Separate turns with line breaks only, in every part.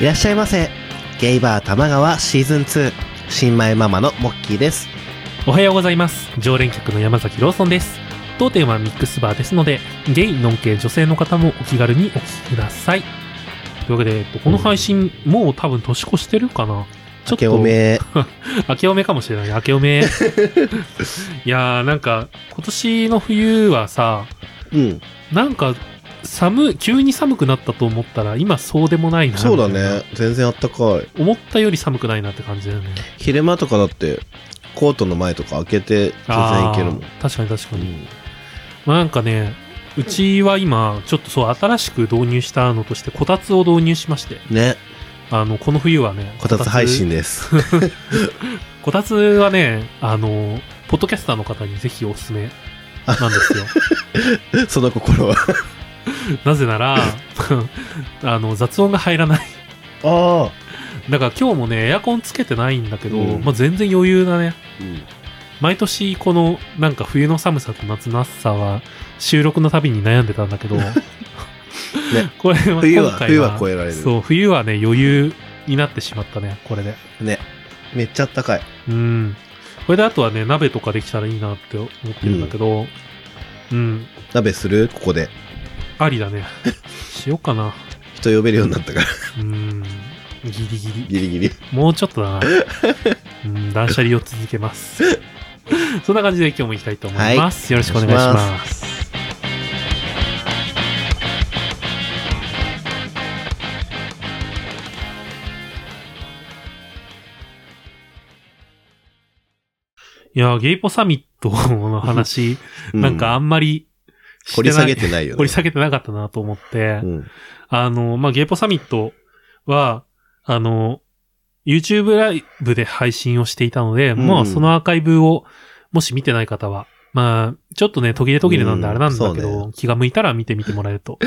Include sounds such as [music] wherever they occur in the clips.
いらっしゃいませ。ゲイバー玉川シーズン2、新米ママのモッキーです。
おはようございます。常連客の山崎ローソンです。当店はミックスバーですので、ゲイ、ノン系、女性の方もお気軽にお聞きください。というわけで、えっとこの配信、もう多分年越してるかなち
明
ょっ
け
と、
おめ。
明けおめかもしれない。明けおめ。
[laughs]
いやー、なんか、今年の冬はさ、
うん。
なんか、寒い、急に寒くなったと思ったら、今そうでもないな。
そうだ
みたいな
ね。。全然あったかい。
思ったより寒くないなって感じだよね。
昼間とかだって、コートの前とか開けて全然いけるもん。
あー確かに確か
う
に。
ん
まあ、なんかね、うちは今、ちょっとそう、新しく導入したのとして、こたつを導入しまして、
ね。
あの、この冬はね、
こたつ配信です。
こたつはね、あの、ポッドキャスターの方にぜひおすすめなんです
[laughs]
よ。
その心は。
なぜなら、 [laughs] あの、雑音が入らない。
ああ。
だから今日もね、エアコンつけてないんだけど、
うん
まあ全然余裕だね。
うん。
毎年このなんか冬の寒さと夏の暑さは収録のたびに悩んでたんだけど、 [laughs] これは
冬は
今回
冬は越えられる
そう冬はね余裕になってしまったねこれで
ね。めっちゃあったかい。
うんこれであとはね鍋とかできたらいいなって思ってるんだけどうん、
鍋するここで。
ありだねしようかな
人呼べるようになった [laughs] から、
うんギリギリ
ギリギリ。
もうちょっと
[laughs]
だなうん断捨離を続けますそんな感じで今日も行きたいと思います、よろしくお願いし
お願いし
ますいやー、ゲイポサミットの話、
う
なんかあ、んまりして
掘り
な
下
い
げてないよね。
掘り下げてなかったなと思って、
うん。
あの、まあ、ゲーポサミットは、あの、YouTube ライブで配信をしていたので、
うん
まあ、そのアーカイブを、もし見てない方は、まあ、ちょっとね、途切れ途切れなんで
うん
あれなんだけど、
そう
気が向いたら見てみてもらえる
[laughs]
と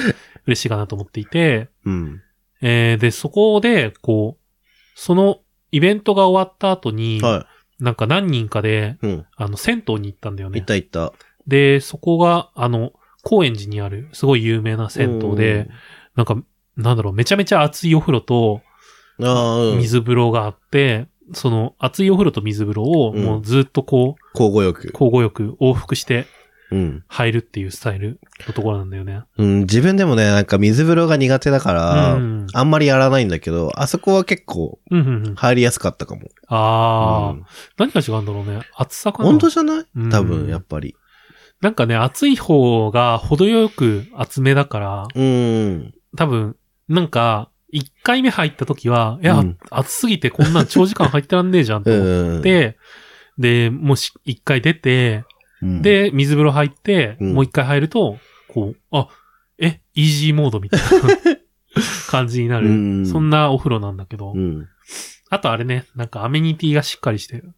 嬉しいかなと思っていて、
うん。
えー、で、そこで、こう、そのイベントが終わった後に、
は
なんか何人かで、
い。うん。
あの、銭湯に行ったんだよ
行
ね
っ。た行った。
で、そこが、あの、高円寺にある、すごい有名な銭湯で、なんか、なんだろう、めちゃめちゃ熱いお風呂と、
うん、ああ、うん。
水風呂があって、その、熱いお風呂と水風呂を、
うん
もうずっとこう、
交互浴。
交互浴、往復して
うん。
入るっていうスタイルのところなんだよね。
うん、自分でもね、なんか水風呂が苦手だか
う
ら、
ん。
あんまりやらないんだけど、あそこは結構
うん、うん、うん。
入りやすかったかも。
あー、
うん
何が違うんだろうね。暑さかな
本当じゃない、
うん
多分、やっぱり。
なんかね、暑い方が程よく厚めだから、
うん。
多分、なんか、一回目入った時は、いや、
うん
暑すぎてこんなん長時間入ってらんねえじゃんと
[laughs] う
思っ
ん。、
て、で、もし一回出て、
うん、
で、水風呂入って、
うん
もう一回入ると、こう、あ、え、イージーモードみたい
[laughs]
な感じにな
う
る。
ん、
そんなお風呂なんだけど、
うん。
あとあれね、なんかアメニティがしっかりしてる。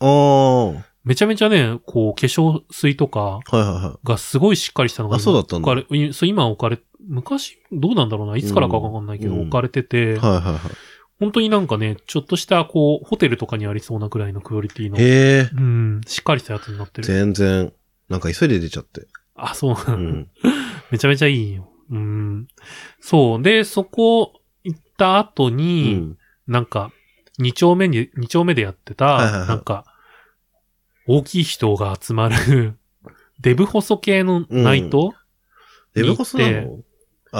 おー。はい
めちゃめちゃね、こう、化粧水とか
はいは
がすごいしっかりしたのが
あそうだったんだ
置かれいそう、今置かれ、昔、どうなんだろうな、いつからかわかんないけど、
うん
置かれて
い。はいは
て、
いは
本当になんかね、ちょっとした、こう、ホテルとかにありそうなくらいのクオリティの
い。、へえ。
うん、しっかりしたやつになってる。
全然。なんか急いで出ちゃって。
あ、そう
う
なんだ。
ん。
めちゃめちゃいいよ。うん。そう。で、そこ行った後
う
に、
ん。
なんか、二丁目に、二丁目でやってた、
はいはいはい
なんか、大きい人が集まる、 [laughs] デブ細系のナイト、
デブホスな
行
の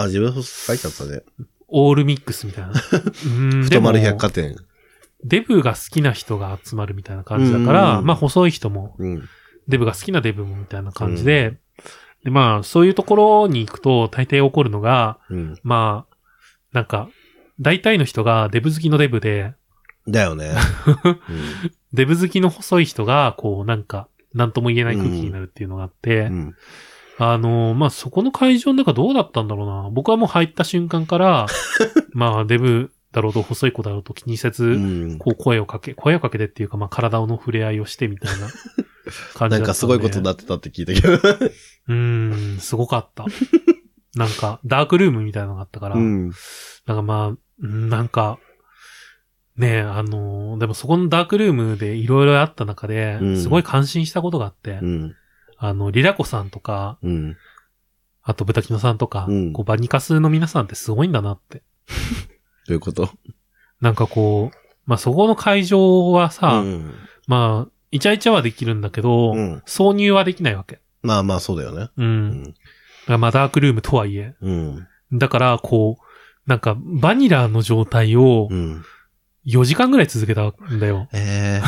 あ、自分ホス書いてあったね。
オールミックスみ
[laughs]
たいな。うん。で
太
も
丸百貨店。
デブが好きな人が集まるみたいな感じだから、
うん
まあ細い人も、
うん。
デブが好きなデブもみたいな感じで、で、まあ、そういうところに行くと大抵起こるのが、
うん。
まあ、なんか、大体の人がデブ好きのデブで、
だよ
[laughs]
ね。
デブ好きの細い人が、こう、なんか、なんとも言えない空気になるっていうのがあって、
うん。うん
あのーまあ、そこの会場の中どうだったんだろうな。僕はもう入った瞬間から、
[laughs]
まあ、デブだろうと細い子だろうと気にせ [laughs] ず、
うん。
こう声をかけ、声をかけてっていうか、まあ、体の触れ合いをしてみた
[laughs]
いな感じだった
なんかすごいことになってたって聞いたけど。
うーん、すごかった。なんか、ダークルームみたいなのがあったから、
うん。
なんかまあ、うんなんか、ねえ、あのーでもそこのダークルームでいろいろあった中で
う、ん
すごい感心したことがあって、
うん。
あの、リラコさんとか、
うん。
あとブタキノさんとか、
うん
こうバニカスの皆さんってすごいんだなって。
どういうこと
なんかこう、まあ、そこの会場はさ、
うん。
まあ、イチャイチャはできるんだけど、
うん
挿入はできないわけ。
まあまあ、そうだよね。
う。
うん
だ
ん。
からまあ、ダークルームとはいえ。
うん。
だから、こう、なんか、バニラの状態を
うん。
4時間ぐらい続けたんだよ。
え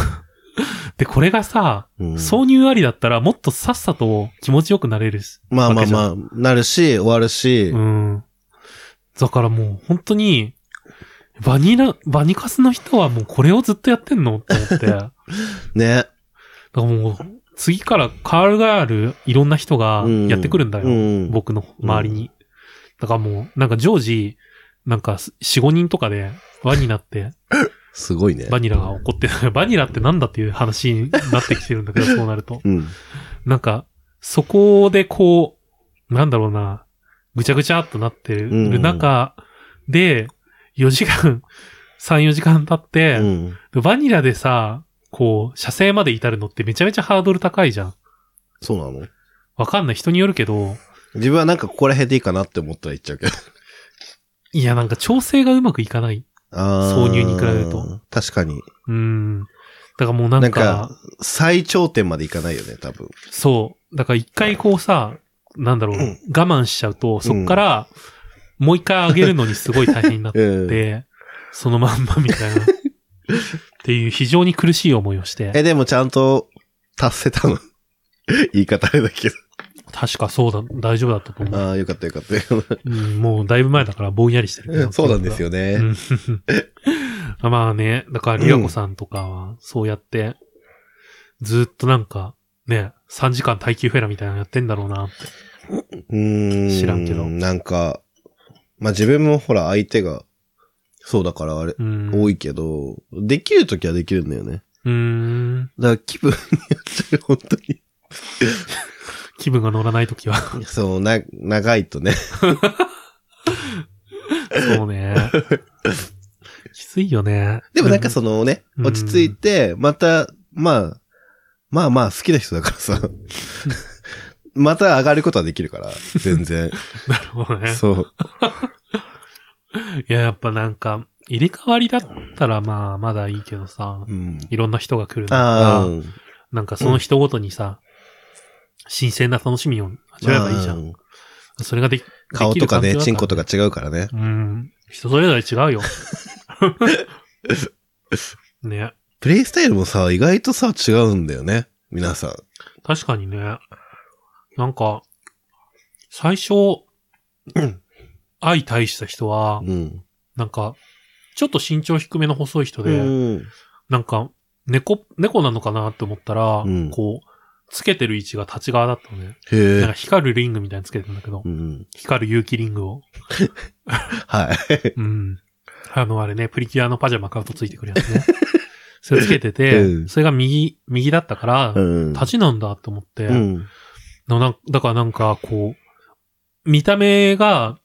[laughs] で、これがさ、
えうん。
挿入ありだったらもっとさっさと気持ちよくなれるし。
まあま
わ
あ
けじゃ
まあ、なるし、終わるし
う、ん。だからもう本当に、バニラ、バニカスの人はもうこれをずっとやってんのって思
[laughs]
って。だか
ね。
らもう、次からカールガールいろんな人が
うん
やってくるんだよ。
うん。
僕の周りに。だからもう、なんか常時、なんか4、5人とかで、輪になって、
すごいね。
バニラが怒って、バニラってなんだっていう話になってきてるんだけど、そうなると。
うん。
なんか、そこでこう、なんだろうな、ぐちゃぐちゃっとなって
うんう
る
ん
中で、4時間、3、4時間経って、
うん。
バニラでさ、こう、射精まで至るのってめちゃめちゃハードル高いじゃん。
そうなの
わかんない。人によるけど、
自分はなんかここら辺でいいかなって思ったら言っちゃうけど。
いや、なんか調整がうまくいかない。
あー
挿入に比べると。
確かに。
うん。だからもうなんか、
なんか、最頂点までいかないよね、多分。
そう。だから一回こうさ、なんだろう、
うん
我慢しちゃうと、そっから、もう一回上げるのにすごい大変になって
うん。
で、そのまんまみた
[laughs]
いな。っていう非常に苦しい思いをして。
え、でもちゃんと達せたの [laughs] 言い方あれだけど。
確かそうだ、大丈夫だったと思う。
ああ、よかったよかったよ。
[laughs] うん、もうだいぶ前だからぼんやりしてるけ
う
ど。
んそうなんです
よ。
よね。
まあね、だからリアコさんとかは、そうやって、ずっとなんか、ね、3時間耐久フェラみたいなのやってんだろうなって。
うーん。
知らんけど
なんか、まあ自分もほら相手が、そうだからあれ、
うん。
多いけど、できるときはできるんだよね。
うーん。
だから気分によっちゃう、本当に。
気分が乗らないときは。
そう、な、長いとね。
そ
[laughs]
うね。きついよね。
でもなんかそのね、
うん
落ち着いて、また、まあ、まあまあ好きな人だからさ、 [laughs] また上がることはできるから、全然。
うん。なるほど [laughs] ね。
そう。
いや、やっぱなんか、入れ替わりだったらまあ、まだいいけどさ、
うん。
いろんな人が来るの
ああ、
が、なんかその人ごとにさ、新鮮な楽しみを味わえばいいじゃ。
うんん。
それができ、
顔とか
でき
ね、
る環境だから
チンコとか違うからね。
うん、人それぞれ違うよ。 [laughs] ね、
プレイスタイルもさ、意外とさ、違うんだよね。皆さん。
確かにね、なんか、最初、
うん
相対した人は、
うん。
なんか、ちょっと身長低めの細い人
う
で、
ん。
なんか、猫、猫なのかなって思ったら、
うん
こう、つけてる位置が立ち側だったのね。
へ
なんか
え。
光るリングみたいにつけてるんだけど
う、ん。
光る有機リングを。
はい。
うん。あの、あれね、プリキュアのパジャマ買うとついてくるや
[laughs]
つね。それつけてて、
うん
それが右、右だったから、
うん。
立ちなんだと思って、
うん。
のなんだからなんか、こう、見た目が、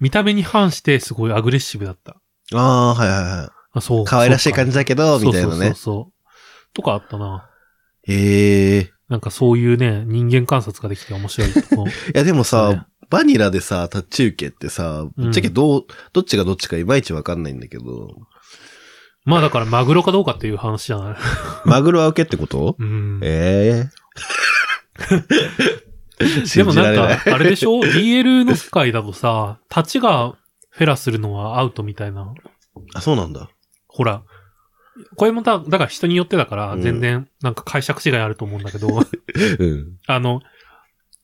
見た目に反してすごいアグレッシブだった。
ああー、はいはいは
あそう。
い。可愛らしい感じ
だ
だけど、みたいな
そうそう
ね。
そうそう。とかあったな。
へえ。い
なんかそういうね、人間観察ができて面白い
[laughs]
とこ。
や、でも
そうね
さ、バニラでさ、立ち受けってさ、ぶっちゃけどう、どっちがどっちかいまいちわかんないんだけど、
まあだからマグロかどうかっていう話じゃない。
マグロは受けってこと
うん。
ええ。[laughs]
で
信
も
じら
なん
れない。
か、あれでしょ ?DL の世界だとさ、立ちがフェラするのはアウトみたいな。
あ、そうなんだ。
ほら。これもだ、だから人によってだから、
うん
全然、なんか解釈違いあると思うんだけど、 [laughs]
うん。
あの、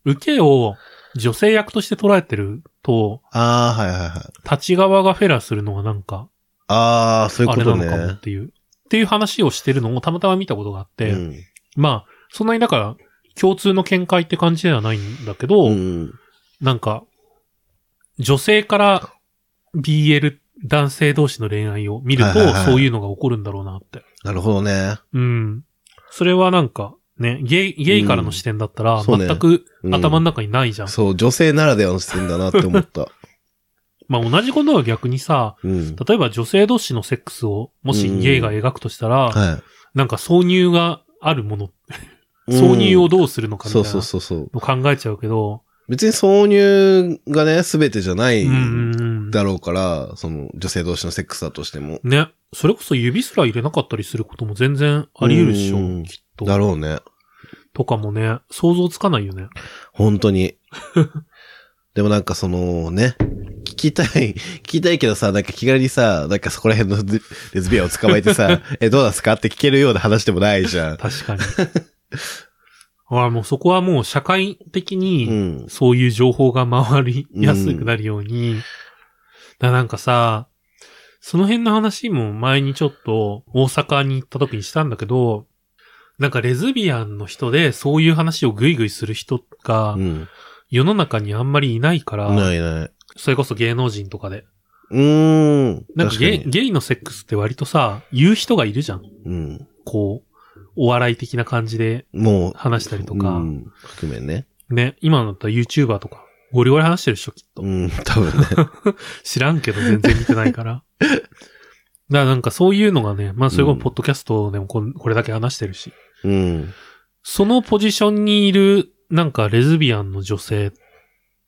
受けを女性役として捉えてると、
ああ、はいはいはい。
立ち側がフェラするのはなんか、
ああ、そういう
あ
こ
れな
と
の
ね。
かもっていう、っていう話をしてるのをたまたま見たことがあって、
うん
まあ、そんなにだから、共通の見解って感じではないんだけど、
うん。
なんか、女性から BL 男性同士の恋愛を見る
はいはい
と、
はい
そういうのが起こるんだろうなって。
なるほどね。
うん。それはなんか、ね、ゲイ、ゲイからの視点だったら、
うんそうね
全く
うん
頭の中にないじゃん。
そう、女性ならではの視点だなって思
[laughs]
った。
まあ同じことが逆にさ、
うん。
例えば女性同士のセックスを、もしゲイが描くとしたら、
は
なんか挿入があるもの、
い。
挿入
う
を
ん、
どうするのかみた
そ
いうな
そうそうそう。
の考えちゃうけど、
別に挿入がね、すべてじゃない
うんうんうんうん
だろうから、その女性同士のセックスだとしても。
ね。それこそ指すら入れなかったりすることも全然あり得るでし
う
ょ、
ん
きっと。
だろうね。
とかもね、想像つかないよ
[laughs]
ね。
本当に。 [laughs] でもなんかそのね、聞きたい、 [laughs] 聞きたいけどさ、なんか気軽にさ、なんかそこら辺のレレズビアンを捕まえて
[laughs]
さ、え、どうなんすかって聞けるような話でもないじゃん。
確かに。ああ、もうそこはもう社会的
う
に、
ん。
そういう情報が回りやすくなるように。だなんかさ、その辺の話も前にちょっと大阪に行った時にしたんだけど、なんかレズビアンの人でそういう話をグイグイする人が
うん。
世の中にあんまりいないから、
ないない。
それこそ芸能人とかで。
うーん。
なん
確
か
か
ゲイ
に。
ゲイのセックスって割とさ、言う人がいるじゃん。
うん。
こう、お笑い的な感じで
もう。
話したりとか。
うん。含めね。
ね、今だったら YouTuber とか、ゴリゴリ話してるっしょ、きっと。
うん、多分ね。
知らんけど全然見てないから。 [laughs] だからなんかそういうのがね、まあそれこそ
うん
ポッドキャストでもこんこれだけ話してるし、
うん。
そのポジションにいる、なんかレズビアンの女性っ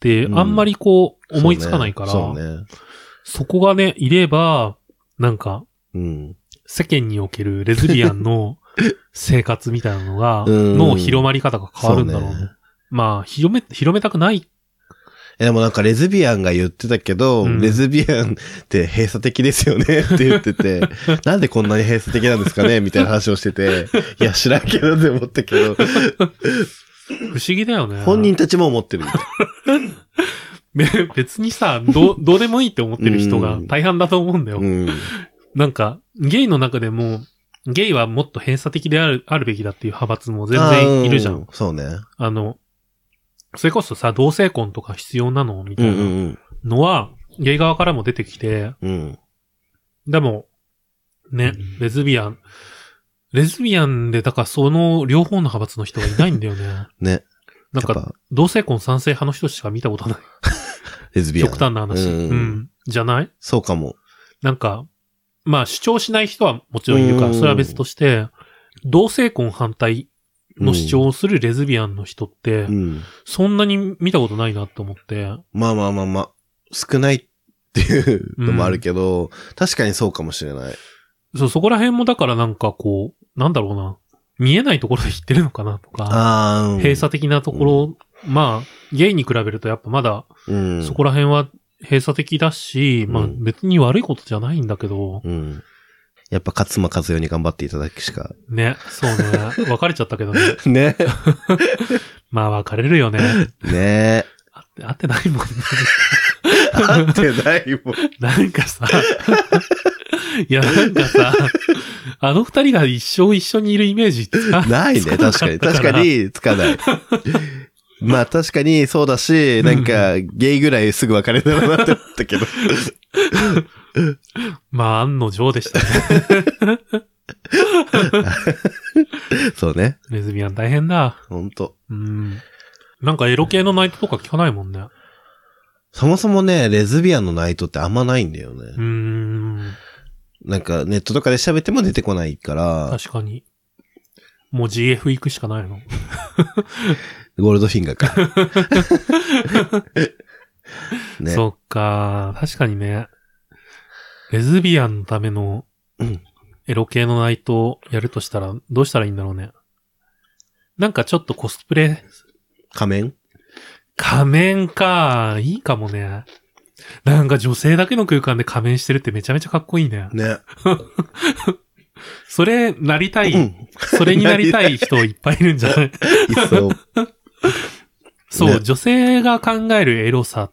て、
うん
あんまりこう、 [laughs] 思いつかないから、
そうね。そうね
そこがね、いれば、なんか、
うん。
世間におけるレズビア
[laughs]
ンの生活みたいなのが、
うん
の広まり方が変わるんだろうね。
そうね
まあ、広め、広めたくない。
えでもなんかレズビアンが言ってたけど、
うん
レズビアンって閉鎖的ですよね [laughs] って言ってて、なんでこんなに閉鎖的なんですかねみたいな話をしてて、いや知らんけどって思ったけ
[laughs]
ど、
不思議だよね。
本
[laughs]
人たちも思ってるみたい。
べ別にさ、
[laughs]
どう、どうでもいいって思ってる人が大半だと思うんだよ。
うん。
なんか、ゲイの中でも、ゲイはもっと偏差的である、あるべきだっていう派閥も全然いるじゃん。
あ
あ,、
ーうそうね。
の、それこそさ、同性婚とか必要なのみた
う
い
んう
なんのは、ゲイ側からも出てきて、
うん。うん。
でも、ね、レズビアン、レズビアンで、だからその両方の派閥の人がいないん
[laughs]
だよね。
ね。
な
やっ
んか
ぱ、
同性婚賛成派の人しか見たことない。
レズビアン。
極端な話。
うん
うん。じゃない
そうかも。
なんか、まあ主張しない人はもちろんいる
う
から、
ん
それは別として、同性婚反対の主張をするレズビアンの人って
う、ん。
そんなに見たことないなと思って、
まあまあまあまあ、少ないっていうのもあるけど、確かにそうかもしれない。
そう、そこら辺もだからなんかこう、なんだろうな、見えないところで言ってるのかなとか、
ああ、うん
閉鎖的なところ、まあ、ゲイに比べるとやっぱまだ、
うん。
そこら辺は閉鎖的だし、ま
う
あ
ん
別に悪いことじゃないんだけど、
うん。やっぱ勝間和代に頑張っていただくしか。
ね、そうね、別れちゃったけどね。
[laughs] ね。
まあ別れるよね。
ね
あって、あってないもんね。
合ってないもん。 [laughs]
なんかさ、いや、なんかさ、あの二人が一生一緒にいるイメージつか
ないね、
つ
確
った。
かに。確からに、つかない。まあ確かにそうだし、なんか、ゲイぐらいすぐ別れたらなって思ったけ [laughs] ど。
まあ、案の定でしたね。
そうね。
レズビアン大変だ。
ほんと。
うん。なんかエロ系のナイトとか聞かないもんね。
そもそもね、レズビアンのナイトってあんまないんだよ
うー
ね。
ん。
なんか、ネットとかで喋っても出てこないから、
確かに。もう GF 行くしかないの。
ゴールドフィンガーか。
[laughs]
ね。
そっか。確かにね。レズビアンのための
うん、
エロ系のナイトをやるとしたら、どうしたらいいんだろうね。なんかちょっとコスプレ
仮面
仮面か。いいかもね。なんか女性だけの空間で仮面してるってめちゃめちゃかっこいいね。
ね。
それ、なりた
う
い。
ん。
それになりたい人いっぱいいるんじゃな
[laughs]
い
いっそ。
そう、
ね
女性が考えるエロさっ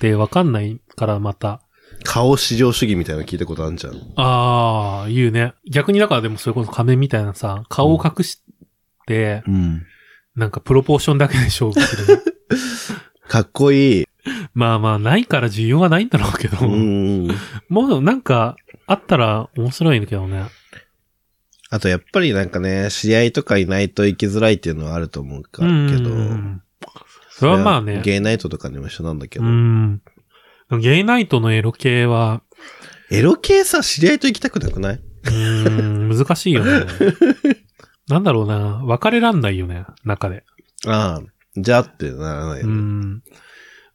てわかんないからまた。
顔至上主義みたいなの聞いたことあるじゃん。
ああ、言うね。逆にだからでもそれこそ仮面みたいなさ、顔を隠して、
うん。
なんかプロポーションだけで勝負する
[laughs]
ね。
かっこいい。
まあまあ、ないから需要はないんだろうけど、
うん。
もうなんか、あったら面白いんだけどね。
あとやっぱりなんかね、試合とかいないと行きづらいっていうのはあると思うか
う
ら
ん
けど。
それはまあね
ゲイナイトとかにも一緒なんだけど。
うん。ゲイナイトのエロ系は、
エロ系さ、知り合いと行きたくなくないう
ーん、難しいよ [laughs] ね。なんだろうな、別れらんないよね、中で。
ああ、じゃあってならない、
うん。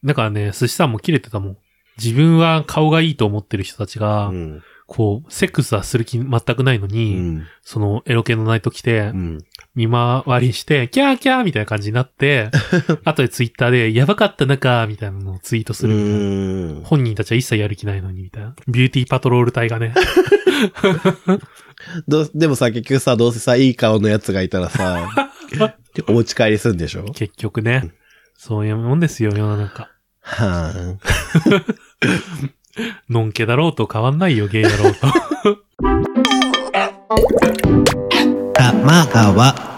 だからね、寿司さんも切れてたもん。自分は顔がいいと思ってる人たちが、
うん。
こう、セックスはする気全くないの
う
に、
ん。
そのエロ系のナイト来て、
うん。
見回りして、キャーキャーみたいな感じにな [laughs] って、あとでツイッターで、やばかった中、みたいなのをツイートするみたいな。
うん。
本人たちは一切やる気ないのに、みたいな。ビューティーパトロール隊がね。
どうでもさ、結局さ、どうせさ、いい顔のやつがいたらさ、お持ち帰りするんでしょ
結局ね。そういうもんですよ、世の中。
は
のんけだろうと変わんないよ、ゲイだろうと。
ーん。玉川。